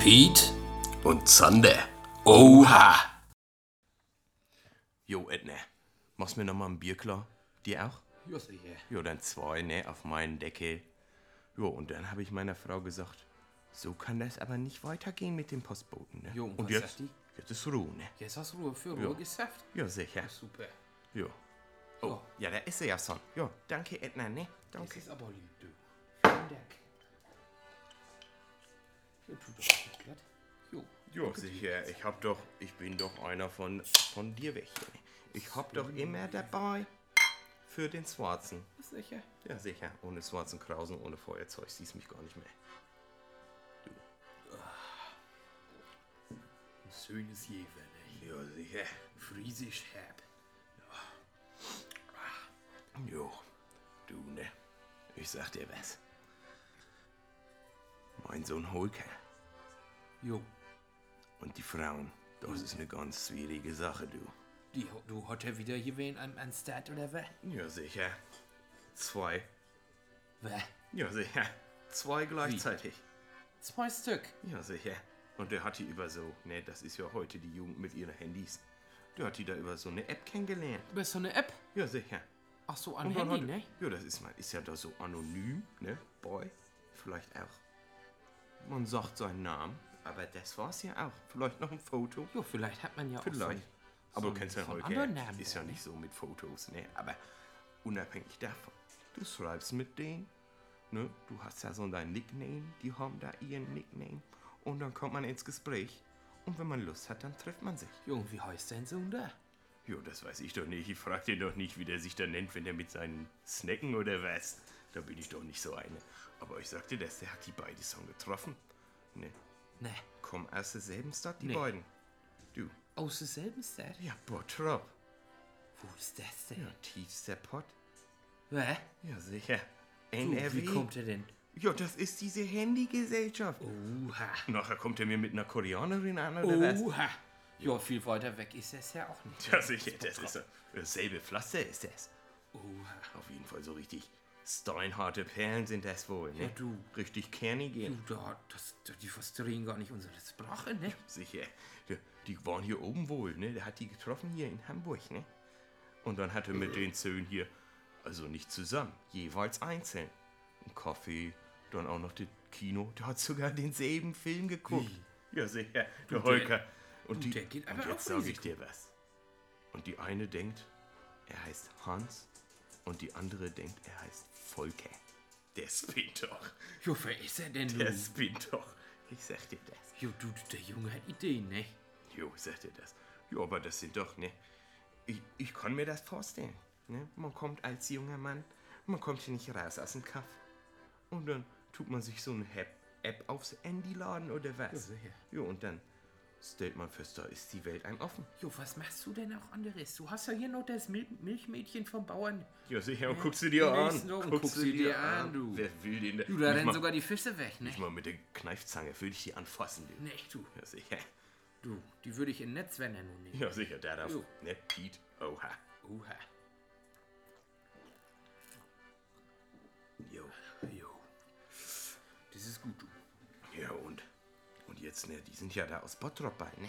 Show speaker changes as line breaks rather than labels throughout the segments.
Pete
und Zander.
Oha.
Jo, Edna, machst mir nochmal ein Bier klar? Dir auch?
Ja, sicher.
Jo, dann zwei, ne, auf meinen Deckel. Jo, und dann habe ich meiner Frau gesagt, so kann das aber nicht weitergehen mit dem Postboten, ne?
Jo, und was
jetzt,
sagt die?
jetzt ist Ruhe, ne?
Jetzt hast du Ruhe für Ruhe geschafft.
Ja, sicher.
Super.
Jo. Oh, ja, da ist er ja schon. Jo, danke, Edna, ne?
Das
Danke.
ist aber lieb, du. Vielen Dank. Ja, tut doch nicht glatt. Jo.
Jo, sicher. Ich hab doch, ich bin doch einer von, von dir weg. ne? Ich hab doch immer dabei für den Schwarzen.
Sicher.
Ja, sicher. Ohne Schwarzen Krausen, ohne Feuerzeug. Siehst mich gar nicht mehr. Ah.
Ein schönes Jever, ne?
Ja, sicher.
Friesisch herb.
Jo, du ne. Ich sag dir was. Mein Sohn Holker
Jo.
und die Frauen, das ist eine ganz schwierige Sache, du.
Die, du hat ja wieder hier wen an, an Start oder was?
Ja, sicher. Zwei.
Was?
Ja, sicher. Zwei gleichzeitig.
Zwei Stück.
Ja, sicher. Und der hat die über so, ne, das ist ja heute die Jugend mit ihren Handys. Der hat die da über so eine App kennengelernt.
Über so eine App?
Ja, sicher.
Ach so, an
Und dann
Handy,
hat-
ne?
Ja, das ist, man ist ja da so anonym, ne? Boy. Vielleicht auch. Man sagt seinen Namen, aber das war's ja auch. Vielleicht noch ein Foto.
Jo, vielleicht hat man ja auch so
Vielleicht. Aber du kennst ja
von
heute.
anderen Namen
Ist
her,
ja
ne?
nicht so mit Fotos, ne? Aber unabhängig davon. Du schreibst mit denen, ne? Du hast ja so dein Nickname, die haben da ihren Nickname. Und dann kommt man ins Gespräch. Und wenn man Lust hat, dann trifft man sich.
Junge, wie heißt dein Sohn da?
Jo, das weiß ich doch nicht. Ich frag den doch nicht, wie der sich da nennt, wenn der mit seinen Snacken oder was. Da bin ich doch nicht so eine. Aber ich sagte das, der hat die beiden Song getroffen. Ne,
Ne,
kommen aus derselben Stadt, die
Nee.
beiden. Du,
aus derselben Stadt?
ja, Bottrop.
Wo ist das
Ja,
denn?
tiefster Pott.
Hä?
Ja, sicher.
Du,
NRW.
wie kommt er denn?
ja, das ist diese Handygesellschaft.
Oha.
Nachher kommt er mir mit einer Koreanerin an oder was?
Oha. Ja, viel weiter weg ist das ja auch nicht.
Ja, sicher, das ist so- dasselbe Pflaster ist das.
Oha.
Auf jeden Fall so richtig steinharte Perlen sind das wohl, ne?
Ja, du.
Richtig kernige.
Du, da, das, da- die verstehen gar nicht unsere Sprache, ne?
Sicher. Die, die waren hier oben wohl, ne? Der hat die getroffen hier in Hamburg, ne? Und dann hatte mit den Söhnen hier, also nicht zusammen, jeweils einzeln. Ein Kaffee, dann auch noch das Kino. Der hat sogar denselben Film geguckt. Ja, sicher. Der Holker. Und, die,
der geht
und
aber
jetzt
auf
sage ich dir was. Und die eine denkt, er heißt Hans. Und die andere denkt, er heißt Volker. Der spinnt doch.
Jo, wer ist er denn
Der
nun?
spinnt doch. Ich sag dir das.
Jo, du, der Junge hat Ideen, ne?
Jo, sagt er das. Jo, aber das sind doch, ne? Ich, ich kann mir das vorstellen. Ne? Man kommt als junger Mann, man kommt hier nicht raus aus dem Kaff. Und dann tut man sich so eine App, App aufs Handy laden oder was.
sicher.
Jo, und dann stellt man fest, da ist die Welt einem offen.
Jo, was machst du denn auch anderes? Du hast ja hier noch das Mil Milchmädchen vom Bauern.
Ja, sicher, und guckst du dir
am
an.
nächsten Morgen guckst du dir an, du.
Wer will den denn?
Du, da
Nicht
rennen
mal,
sogar die Fische weg, ne?
nicht mal mit der Kneifzange würde ich die anfassen, du.
Ne, du.
Ja, sicher.
Du, die würde ich in Netz, wenn er nun nicht.
Ja, sicher, darauf.
Jo.
Ne, Piet, oha.
Oha.
Jo.
Jo. Das ist gut, du.
Ja, und, und jetzt, ne, die sind ja da aus Bottrop bei, ne?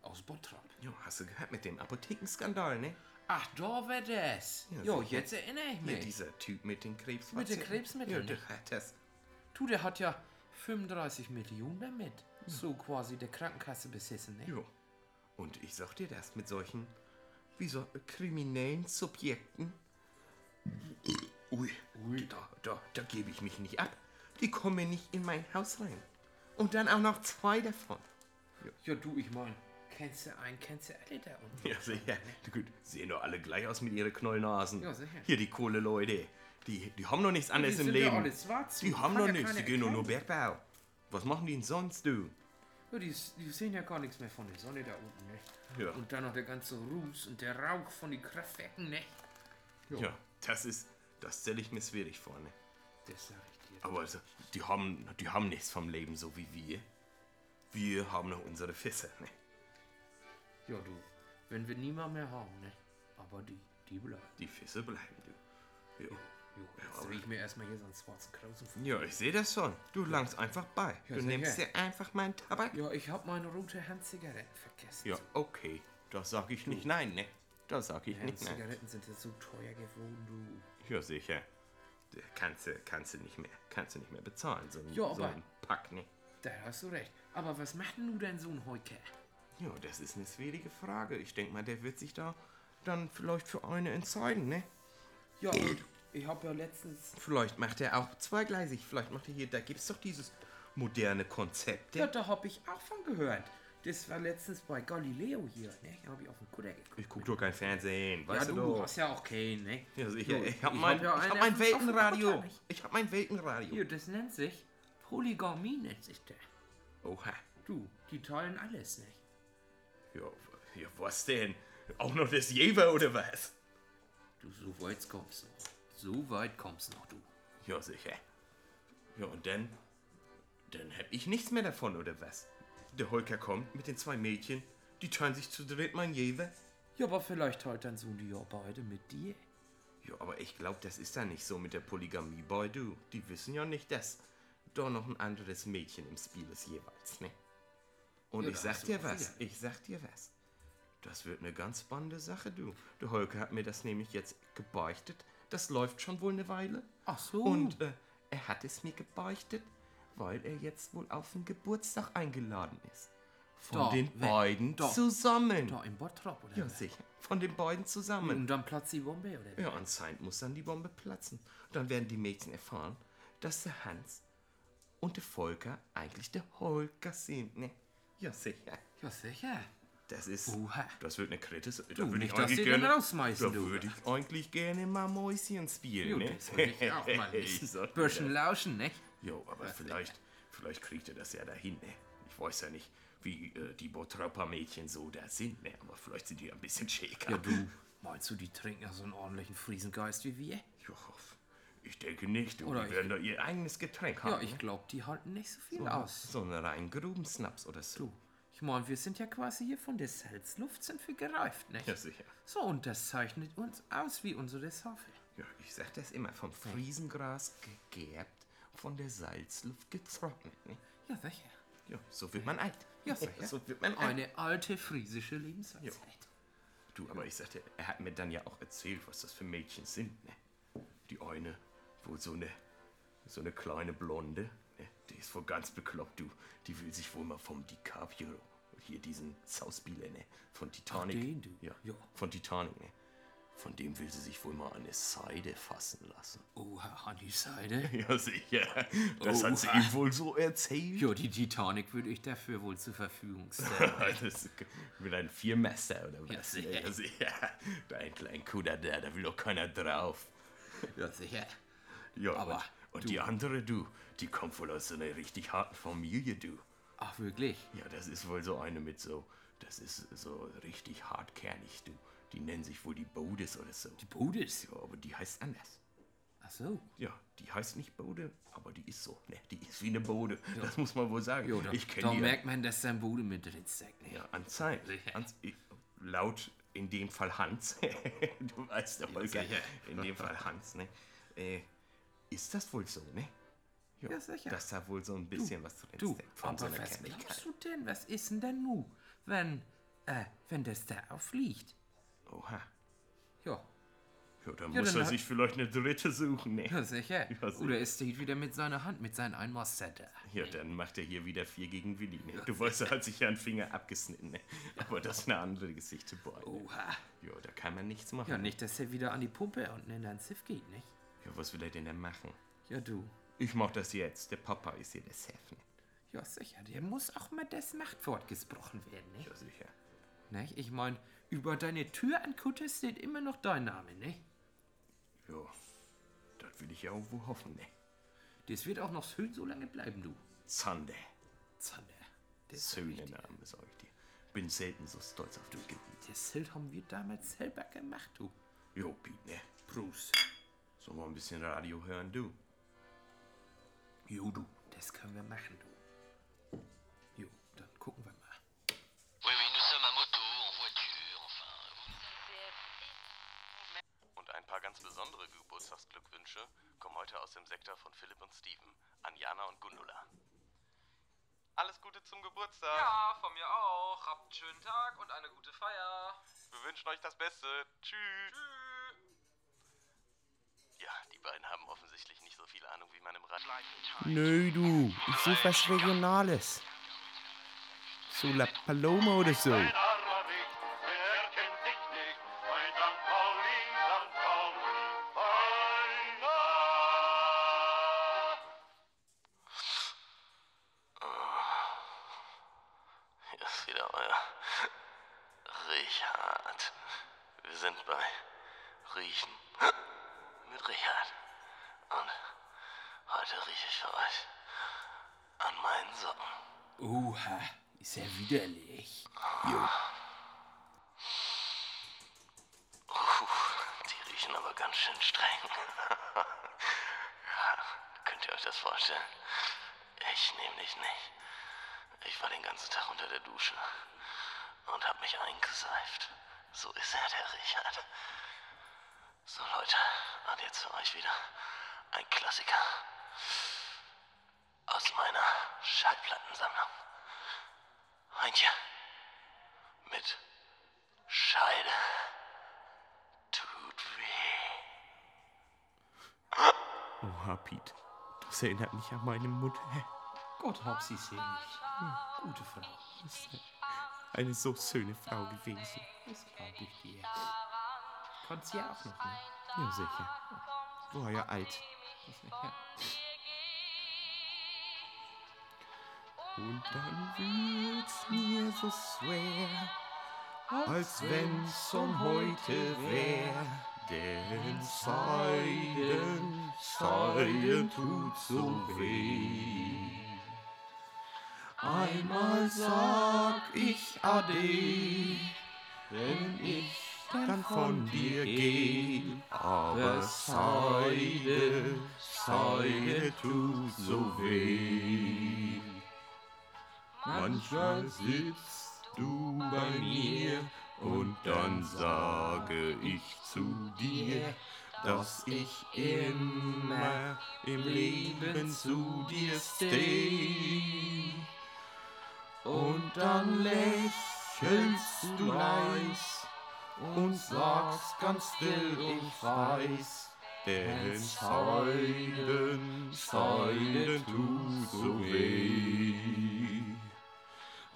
Aus Bottrop.
Jo, hast du gehört mit dem Apothekenskandal, ne?
Ach, da war das.
Ja,
jo,
sicher.
jetzt erinnere ich
Ja,
mich.
dieser Typ mit den Krebs.
Mit den Krebsmitteln,
Ja, der hat das.
du, der hat ja 35 Millionen damit. So quasi der Krankenkasse besessen, ne?
Jo. Und ich sag dir das, mit solchen, wie so kriminellen Subjekten. Ui, Ui. da, da, da gebe ich mich nicht ab. Die kommen nicht in mein Haus rein. Und dann auch noch zwei davon.
Ja, du, ich mein, kennst du einen, kennst du alle da unten?
Ja, sicher. Gut, sehen doch alle gleich aus mit ihren Knollnasen.
Ja, sicher.
Hier die coole Leute. Die, die haben noch nichts
Die
anderes
sind
im
ja
Leben.
alle schwarz.
Die haben
kann
doch
ja
nichts, die
keiner
gehen doch nur
erkennen.
Bergbau. Was machen die denn sonst, du?
Ja, die, die sehen ja gar nichts mehr von der Sonne da unten, ne?
Ja.
Und dann noch der ganze Ruß und der Rauch von den Kraftwerken, ne?
Ja, das ist, das stelle ich mir schwierig vor, ne?
Das sag ich dir.
Aber also, die haben, die haben nichts vom Leben, so wie wir. Wir haben noch unsere Fässer, ne?
Ja, du, wenn wir niemand mehr haben, ne? Aber die, die bleiben.
Die Fässer bleiben, du. Ja.
Jo, jetzt drehe ich mir erstmal hier so einen schwarzen Krausen vor.
Ja, ich sehe das schon. Du langst einfach bei.
Ja,
Du
sicher.
nimmst dir einfach meinen Tabak.
Ja, ich habe meine rote Handzigaretten vergessen.
Ja, okay. Da sag ich nicht nein, ne? Da sag ich nicht nein.
Handzigaretten sind jetzt so teuer geworden,
Ja, sicher. Äh, Kannst du, kannst du nicht mehr, kannst du nicht mehr bezahlen, so ein,
Ja,
so
aber-
ein Pack, ne?
du. Da hast du recht. Aber was macht denn nun dein Sohn heute?
Ja, das ist eine schwierige Frage. Ich denke mal, der wird sich da dann vielleicht für eine entscheiden, ne?
Ja, ich habe ja letztens...
Vielleicht macht er auch zweigleisig, vielleicht macht er hier, da gibt's doch dieses moderne Konzept.
Ja, da habe ich auch von gehört. Das war letztens bei Galileo hier, ne? Da habe ich auf den Kutter geguckt.
Ich guck doch kein Fernsehen,
Ja,
weißt
du,
du doch.
du hast ja auch keinen, ne?
Ja, also ich, ich hab
ich
mein,
hab ja
ich hab
einen
mein
auf dem
Weltenradio.
Computer nicht.
Ich hab mein Weltenradio.
Hier, das nennt sich Polygamie, nennt sich der.
Oha.
Du, die teilen alles, ne? nicht?
Ja, w- ja, was denn? Auch noch das Jever oder was?
Du, so weit kommst du noch. So weit kommst noch, du.
Ja, sicher. Ja, und dann? Dann hab ich nichts mehr davon, oder was? Der Holker kommt mit den zwei Mädchen, die teilen sich zu dritt mein Jever.
Ja, aber vielleicht teilt dein Sohn die ja beide mit dir.
Ja, aber ich glaube, das ist da nicht so mit der Polygamie, boy, du. Die wissen ja nicht, dass da noch ein anderes Mädchen im Spiel ist jeweils, ne? Und
Ja,
ich
da
sag
hast du
dir
auch
was,
wieder.
ich sag dir was. Das wird eine ganz spannende Sache, du. Der Holger hat mir das nämlich jetzt gebeichtet. Das läuft schon wohl eine Weile.
Ach so.
Und äh, er hat es mir gebeichtet, weil er jetzt wohl auf den Geburtstag eingeladen ist. Von
Da,
den
wenn-
beiden
da,
zusammen.
da im Bottrop, oder?
Ja,
was?
sicher. Von den beiden zusammen.
Und dann platzt die Bombe, oder?
Ja, anscheinend muss dann die Bombe platzen. Dann werden die Mädchen erfahren, dass der Hans und der Volker eigentlich der Holger sind. Ne? Ja, sicher.
Ja, sicher.
Das ist.
Oha.
Das wird eine Kritis. Da
Du,
würde
nicht, dass die dann rausschmeißen,
Da
du.
würde ich eigentlich gerne mal Mäuschen spielen.
Jo,
ne?
das will ich auch mal
Ich
lesen.
sag dir
Bisschen lauschen, ne? nicht?
Jo, aber vielleicht, vielleicht kriegt er das ja dahin, ne? Ich weiß ja nicht, wie äh, die Bottropper Mädchen so da sind, ne? Aber vielleicht sind die ja ein bisschen schäker.
Ja, du, meinst du, die trinken ja so einen ordentlichen Friesengeist wie wir?
Ja, ich denke nicht. Du,
Oder
die
ich-
werden da ihr eigenes Getränk
Ja,
haben.
ich glaube, die halten nicht so viel aus.
So einen reinen Grubensnaps oder so.
Du, ich meine, wir sind ja quasi hier von der Salzluft sind wir gereift, nicht?
Ja, sicher.
So, und das zeichnet uns aus wie unsere Sache.
Ja, ich sag das immer. Vom Friesengras gegerbt, von der Salzluft getrocknet. Ne?
Ja, sicher.
Ja, so wird man alt.
Ja, sicher.
So wird man alt.
Eine alte friesische Lebensweisheit.
Du, aber ich sagte, er hat mir dann ja auch erzählt, was das für Mädchen sind, ne? Die eine, wo so eine, so eine kleine Blonde, ne? Die ist wohl ganz bekloppt, du. Die will sich wohl mal vom DiCaprio, hier diesen Schauspieler, ne? Von Titanic.
den, du.
Ja,
Ja.
von Titanic, ne? Von dem will sie sich wohl mal eine Seide fassen lassen.
Oha, an die Seite.
Ja, sicher. Das hat sie
Oha.
ihm wohl so erzählt.
Ja, die Titanic würde ich dafür wohl zur Verfügung stellen.
Das ist mit einem Viermesser oder
Ja,
was? ne?
sicher.
Ja, sicher. Da ein kleiner Kuder da, da will doch keiner drauf.
ja, sicher.
Ja,
Aber
und, und die andere, du, die kommt wohl aus so einer richtig harten Familie, du.
Ach, wirklich?
Ja, das ist wohl so eine mit so, das ist so richtig hartkernig, du. Die nennen sich wohl die Bodes oder so.
Die Budes?
Ja, aber die heißt anders.
Ach so.
Ja, die heißt nicht Bode, aber die ist so. Ne, die ist wie eine Bode. Das muss man wohl sagen.
Jo, da,
ich kenne
da
die. ja-
merkt man, dass sein Bude mit drin steckt. ne?
Ja, anscheinend.
Sicher.
Ans ich- laut in dem Fall Hans. du weißt doch, Holger.
sicher.
In dem Fall Hans, ne? Äh, ist das wohl so, ne?
Ja, sicher.
Dass da wohl so ein bisschen was drin
Du,
steckt von
aber
so einer
was
Kernigkeit.
glaubst du denn? Was ist denn denn nu, wenn, äh, wenn das da aufliegt?
Oha.
Ja,
Ja, dann
Ja,
muss
dann
er
hat-
sich vielleicht eine dritte suchen, ne?
ja sicher.
sicher.
Oder es steht wieder mit seiner Hand, mit seinem Einmaster da.
Ja, dann macht er hier wieder vier gegen Willi, ne? Du weißt, er hat sich ja einen Finger abgeschnitten, ne? Aber das ist eine andere Geschichte, boy. ne?
Oha.
Ja, da kann man nichts machen.
Oh. Ja, nicht, dass er wieder an die Pumpe unten in dein Ziff geht, nicht?
Ja, was will er denn da machen?
Ja, du.
Ich mach das jetzt. Der Papa ist hier der Chef, ne?
Ja, sicher. Der muss auch mal das Machtwort gesprochen werden, nicht?
Ja, sicher.
nicht? Ich meine, über deine Tür an Kutter steht immer noch dein Name, nicht?
Ja, das will ich ja auch wohl hoffen, ne?
Das wird auch noch schön so lange bleiben, du.
Zander.
Zander. Das,
Söhne Name, sag ich dir. Bin selten so stolz auf dich gewesen.
das Schild haben wir damals selber gemacht, du.
Jo, Piet, ne?
Prost.
Sollen wir ein bisschen Radio hören, du?
Jo, du, das können wir machen, du. Jo, dann gucken wir mal.
Oui, oui, nous sommes à moto, en voiture, enfin.
Und ein paar ganz besondere Geburtstagsgeschenke.
Geburtstagsglückwünsche kommen heute aus dem Sektor von Philipp und Steven, Anjana und Gundula. Alles Gute zum Geburtstag.
Ja, von mir auch. Habt einen schönen Tag und eine gute Feier.
Wir wünschen euch das Beste. Tschüss.
Tschüss.
Ja, die beiden haben offensichtlich nicht so viel Ahnung, wie man im Rad...
Nö, du. Ich suche was Regionales. So La Paloma oder so.
armer Weg, wer kennt dich nicht? Bei St. Pauli, St. Pauli, beinahe.
Hier ist wieder euer Richard. Wir sind bei Riechen mit Richard. Und heute rieche ich für euch an meinen Socken.
Oha, ist ja widerlich.
Puh, die riechen aber ganz schön streng. ja, könnt ihr euch das vorstellen? Ich nämlich nicht. Ich war den ganzen Tag unter der Dusche und hab mich eingeseift. So ist er, der Richard. So, Leute, und jetzt für euch wieder ein Klassiker aus meiner Schallplattensammlung. Heintje mit Scheide tut weh.
Oha, Pete. Das erinnert mich an meine Mutter.
Gott hab sie selig. Hm, Gute Frau,
Eine so schöne Frau gewesen.
das glaub ich dir. Konnt sie ja auch noch, ne?
Ja, sicher. War ja alt. Und dann wird's mir so schwer, als wenn's schon heute wär. Denn Seiden, Seiden tut so weh. Einmal sag ich Ade, wenn ich dann von dir geh. Aber Seide, Seide tut so weh. Manchmal sitzt du bei mir und dann sage ich zu dir, dass ich immer im Leben zu dir steh. Und dann lächelst du leis und sagst ganz still, ich weiß, denn Seiden, Seiden tut so weh.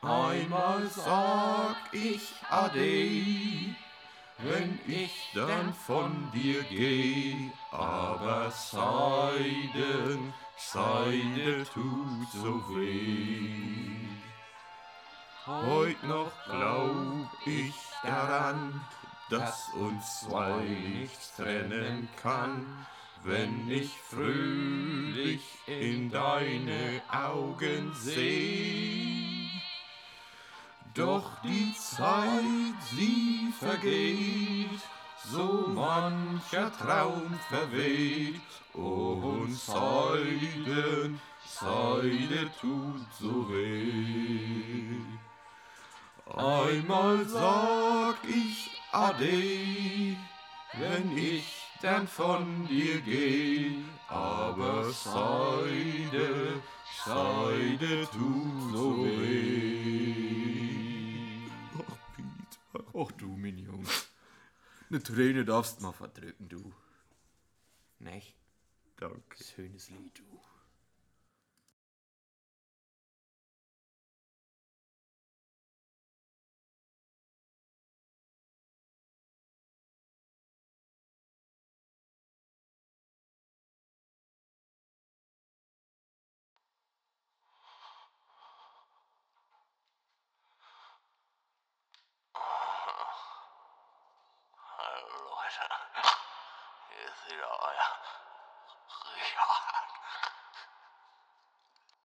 Einmal sag ich Ade, wenn ich dann von dir geh, aber Seiden, Seide tut so weh. Heut noch glaub ich daran, dass uns zwei nichts trennen kann, wenn ich fröhlich in deine Augen seh. Doch die Zeit, sie vergeht, so mancher Traum verweht, oh, und Seide, Seide tut so weh. Einmal sag ich Ade, wenn ich dann von dir geh, aber Seide, Seide tut so weh. Ach, Peter.
Och du, mein Junge. Eine Träne darfst mal verdrücken, du. Nicht?
Danke.
Schönes Lied, du.
Hallo 哎 Leute, hier ist wieder euer Richard.